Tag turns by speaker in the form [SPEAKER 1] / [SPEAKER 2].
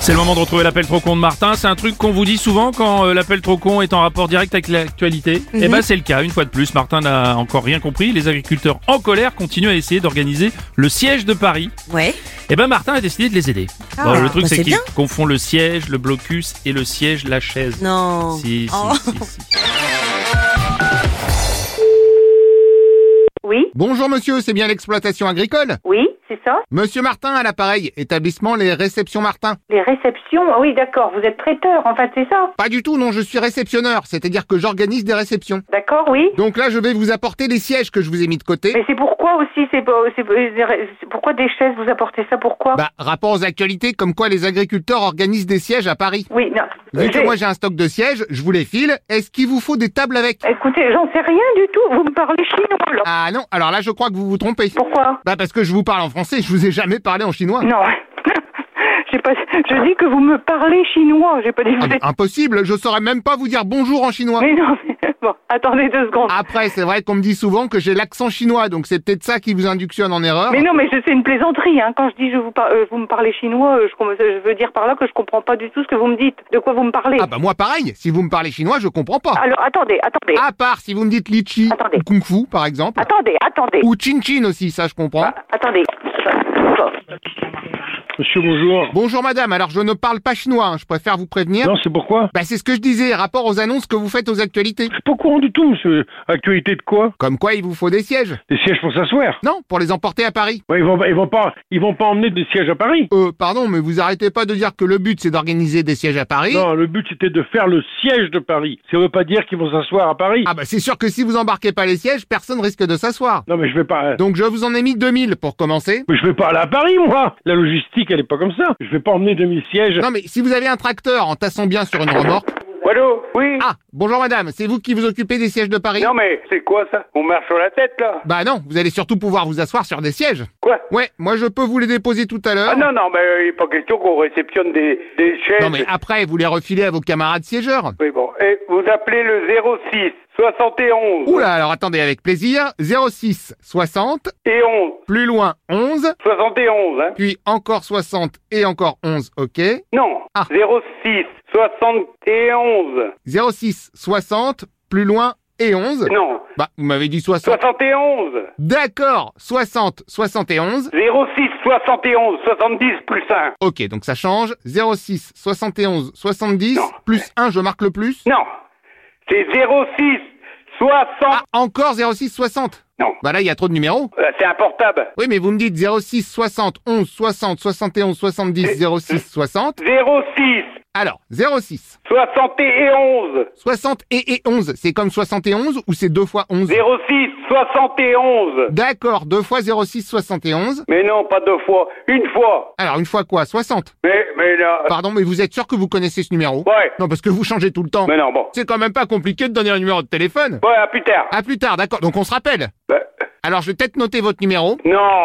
[SPEAKER 1] C'est le moment de retrouver l'appel trop con de Martin. C'est un truc qu'on vous dit souvent quand euh, l'appel trop con est en rapport direct avec l'actualité.
[SPEAKER 2] Mhm.
[SPEAKER 1] Et ben c'est le cas, une fois de plus. Martin n'a encore rien compris. Les agriculteurs en colère continuent à essayer d'organiser le siège de Paris.
[SPEAKER 2] Ouais.
[SPEAKER 1] Et ben Martin a décidé de les aider.
[SPEAKER 2] Ah,
[SPEAKER 1] le truc
[SPEAKER 2] bah,
[SPEAKER 1] c'est
[SPEAKER 2] c'est
[SPEAKER 1] qu'ils
[SPEAKER 2] bien.
[SPEAKER 1] confond le siège, le blocus et le siège, la chaise.
[SPEAKER 2] Non.
[SPEAKER 1] Si, si,
[SPEAKER 2] Oh.
[SPEAKER 1] si, si.
[SPEAKER 3] Oui,
[SPEAKER 4] Bonjour monsieur, c'est bien l'exploitation agricole
[SPEAKER 3] oui, c'est ça.
[SPEAKER 4] Monsieur Martin à l'appareil, établissement Les Réceptions Martin.
[SPEAKER 3] Les réceptions, ah oui, d'accord, vous êtes traiteur, en fait, c'est ça.
[SPEAKER 4] Pas du tout, non, je suis réceptionneur, c'est-à-dire que j'organise des réceptions.
[SPEAKER 3] D'accord, oui.
[SPEAKER 4] Donc là, je vais vous apporter les sièges que je vous ai mis de côté.
[SPEAKER 3] Mais c'est pourquoi aussi, c'est pas- c'est- c'est- pourquoi des chaises, vous apportez ça, pourquoi
[SPEAKER 4] Bah, rapport aux actualités, comme quoi les agriculteurs organisent des sièges à Paris.
[SPEAKER 3] Oui, non.
[SPEAKER 4] Vu que
[SPEAKER 3] j'ai-
[SPEAKER 4] moi j'ai un stock de sièges, je vous les file. Est-ce qu'il vous faut des tables avec
[SPEAKER 3] Écoutez, j'en sais rien du tout, vous me parlez chinois, là.
[SPEAKER 4] Ah non, alors là je crois que vous vous trompez.
[SPEAKER 3] Pourquoi
[SPEAKER 4] Bah parce que je vous parle en français, je vous ai jamais parlé en chinois.
[SPEAKER 3] Non, j'ai pas... je dis que vous me parlez chinois, j'ai pas dit
[SPEAKER 4] Ah,
[SPEAKER 3] vous
[SPEAKER 4] mais
[SPEAKER 3] êtes...
[SPEAKER 4] impossible, je saurais même pas vous dire bonjour en chinois.
[SPEAKER 3] Mais non, mais... bon, attendez deux secondes.
[SPEAKER 4] Après, c'est vrai qu'on me dit souvent que j'ai l'accent chinois, donc c'est peut-être ça qui vous inductionne en erreur.
[SPEAKER 3] Mais non, mais je- c'est une plaisanterie. Hein. Quand je dis je vous, par- euh, vous me parlez chinois, euh, je, com- je veux dire par là que je comprends pas du tout ce que vous me dites. De quoi vous me parlez
[SPEAKER 4] Ah bah moi pareil, si vous me parlez chinois, je comprends pas.
[SPEAKER 3] Alors attendez, attendez,
[SPEAKER 4] À part si vous me dites litchi
[SPEAKER 3] Attendez.
[SPEAKER 4] ou kung fu par exemple,
[SPEAKER 3] attendez, attendez. Ah.
[SPEAKER 4] ou chin chin aussi, ça je comprends.
[SPEAKER 3] Attendez.
[SPEAKER 5] Monsieur, bonjour.
[SPEAKER 4] Bonjour madame, alors je ne parle pas chinois, hein, je préfère vous prévenir.
[SPEAKER 5] Non, c'est pourquoi
[SPEAKER 4] Bah c'est ce que je disais, rapport aux annonces que vous faites aux actualités.
[SPEAKER 5] Je suis pas au courant du tout, monsieur. Actualité de quoi
[SPEAKER 4] Comme quoi il vous faut des sièges.
[SPEAKER 5] Des sièges pour s'asseoir
[SPEAKER 4] Non, pour les emporter à Paris.
[SPEAKER 5] Ouais, ils, vont, pas- ils, vont pas, ils vont pas emmener des sièges à Paris.
[SPEAKER 4] Euh, pardon, mais vous arrêtez pas de dire que le but c'est d'organiser des sièges à Paris.
[SPEAKER 5] Non, le but c'était de faire le siège de Paris. Ça veut pas dire qu'ils vont s'asseoir à Paris.
[SPEAKER 4] Ah bah c'est sûr que si vous embarquez pas les sièges, personne risque de s'asseoir.
[SPEAKER 5] Non, mais je vais pas. euh,
[SPEAKER 4] Donc je vous en ai mis 2000 pour commencer.
[SPEAKER 5] Mais je vais pas aller à Paris, moi La logistique, elle est pas comme ça. Je vais pas emmener 2000 sièges.
[SPEAKER 4] Non mais si vous avez un tracteur en tassant bien sur une remorque.
[SPEAKER 6] Allô Oui
[SPEAKER 4] Ah, bonjour madame, c'est vous qui vous occupez des sièges de Paris
[SPEAKER 6] Non mais c'est quoi ça On marche sur la tête là
[SPEAKER 4] Bah non, vous allez surtout pouvoir vous asseoir sur des sièges.
[SPEAKER 6] Quoi
[SPEAKER 4] Ouais, moi je peux vous les déposer tout à l'heure.
[SPEAKER 6] Ah non non mais euh, il n'est pas question qu'on réceptionne des, des chaises.
[SPEAKER 4] Non, mais ah. après vous les refilez à vos camarades siégeurs.
[SPEAKER 6] Oui bon, et vous appelez le 06 71
[SPEAKER 4] Oula, alors attendez avec plaisir. 06 60,
[SPEAKER 6] et 11
[SPEAKER 4] plus loin 11,
[SPEAKER 6] 71 hein
[SPEAKER 4] puis encore 60 et encore 11, ok.
[SPEAKER 6] Non,
[SPEAKER 4] Ah.
[SPEAKER 6] 06 71
[SPEAKER 4] 06 60, plus loin et 11.
[SPEAKER 6] Non,
[SPEAKER 4] Bah, vous m'avez dit 60.
[SPEAKER 6] 71
[SPEAKER 4] D'accord, 60, 71.
[SPEAKER 6] 06 71 70 plus 1
[SPEAKER 4] Ok, donc ça change. 06 71 70
[SPEAKER 6] Non.
[SPEAKER 4] plus 1, je marque le plus.
[SPEAKER 6] Non, c'est 06 60
[SPEAKER 4] Ah, encore 06 60.
[SPEAKER 6] Non,
[SPEAKER 4] Bah là, il y a trop de numéros.
[SPEAKER 6] euh, c'est un portable.
[SPEAKER 4] Oui, mais vous me dites 06 60 11 60 71 70 06 60.
[SPEAKER 6] 06
[SPEAKER 4] Alors, 06
[SPEAKER 6] 71
[SPEAKER 4] 60 et, et 11, c'est comme 71 ou c'est 2 fois 11
[SPEAKER 6] 06 71
[SPEAKER 4] D'accord, 2 fois 06 71.
[SPEAKER 6] Mais non, pas deux fois, une fois.
[SPEAKER 4] Alors, une fois quoi 60.
[SPEAKER 6] Mais, mais là.
[SPEAKER 4] Pardon, mais vous êtes sûr que vous connaissez ce numéro
[SPEAKER 6] Ouais.
[SPEAKER 4] Ah. Non, parce que vous changez tout le temps.
[SPEAKER 6] Mais non, bon.
[SPEAKER 4] C'est quand même pas compliqué de donner un numéro de téléphone.
[SPEAKER 6] Ouais, à plus tard.
[SPEAKER 4] À plus tard, d'accord. Donc on se rappelle.
[SPEAKER 6] Bah,
[SPEAKER 4] Alors je vais peut-être noter votre numéro.
[SPEAKER 6] non.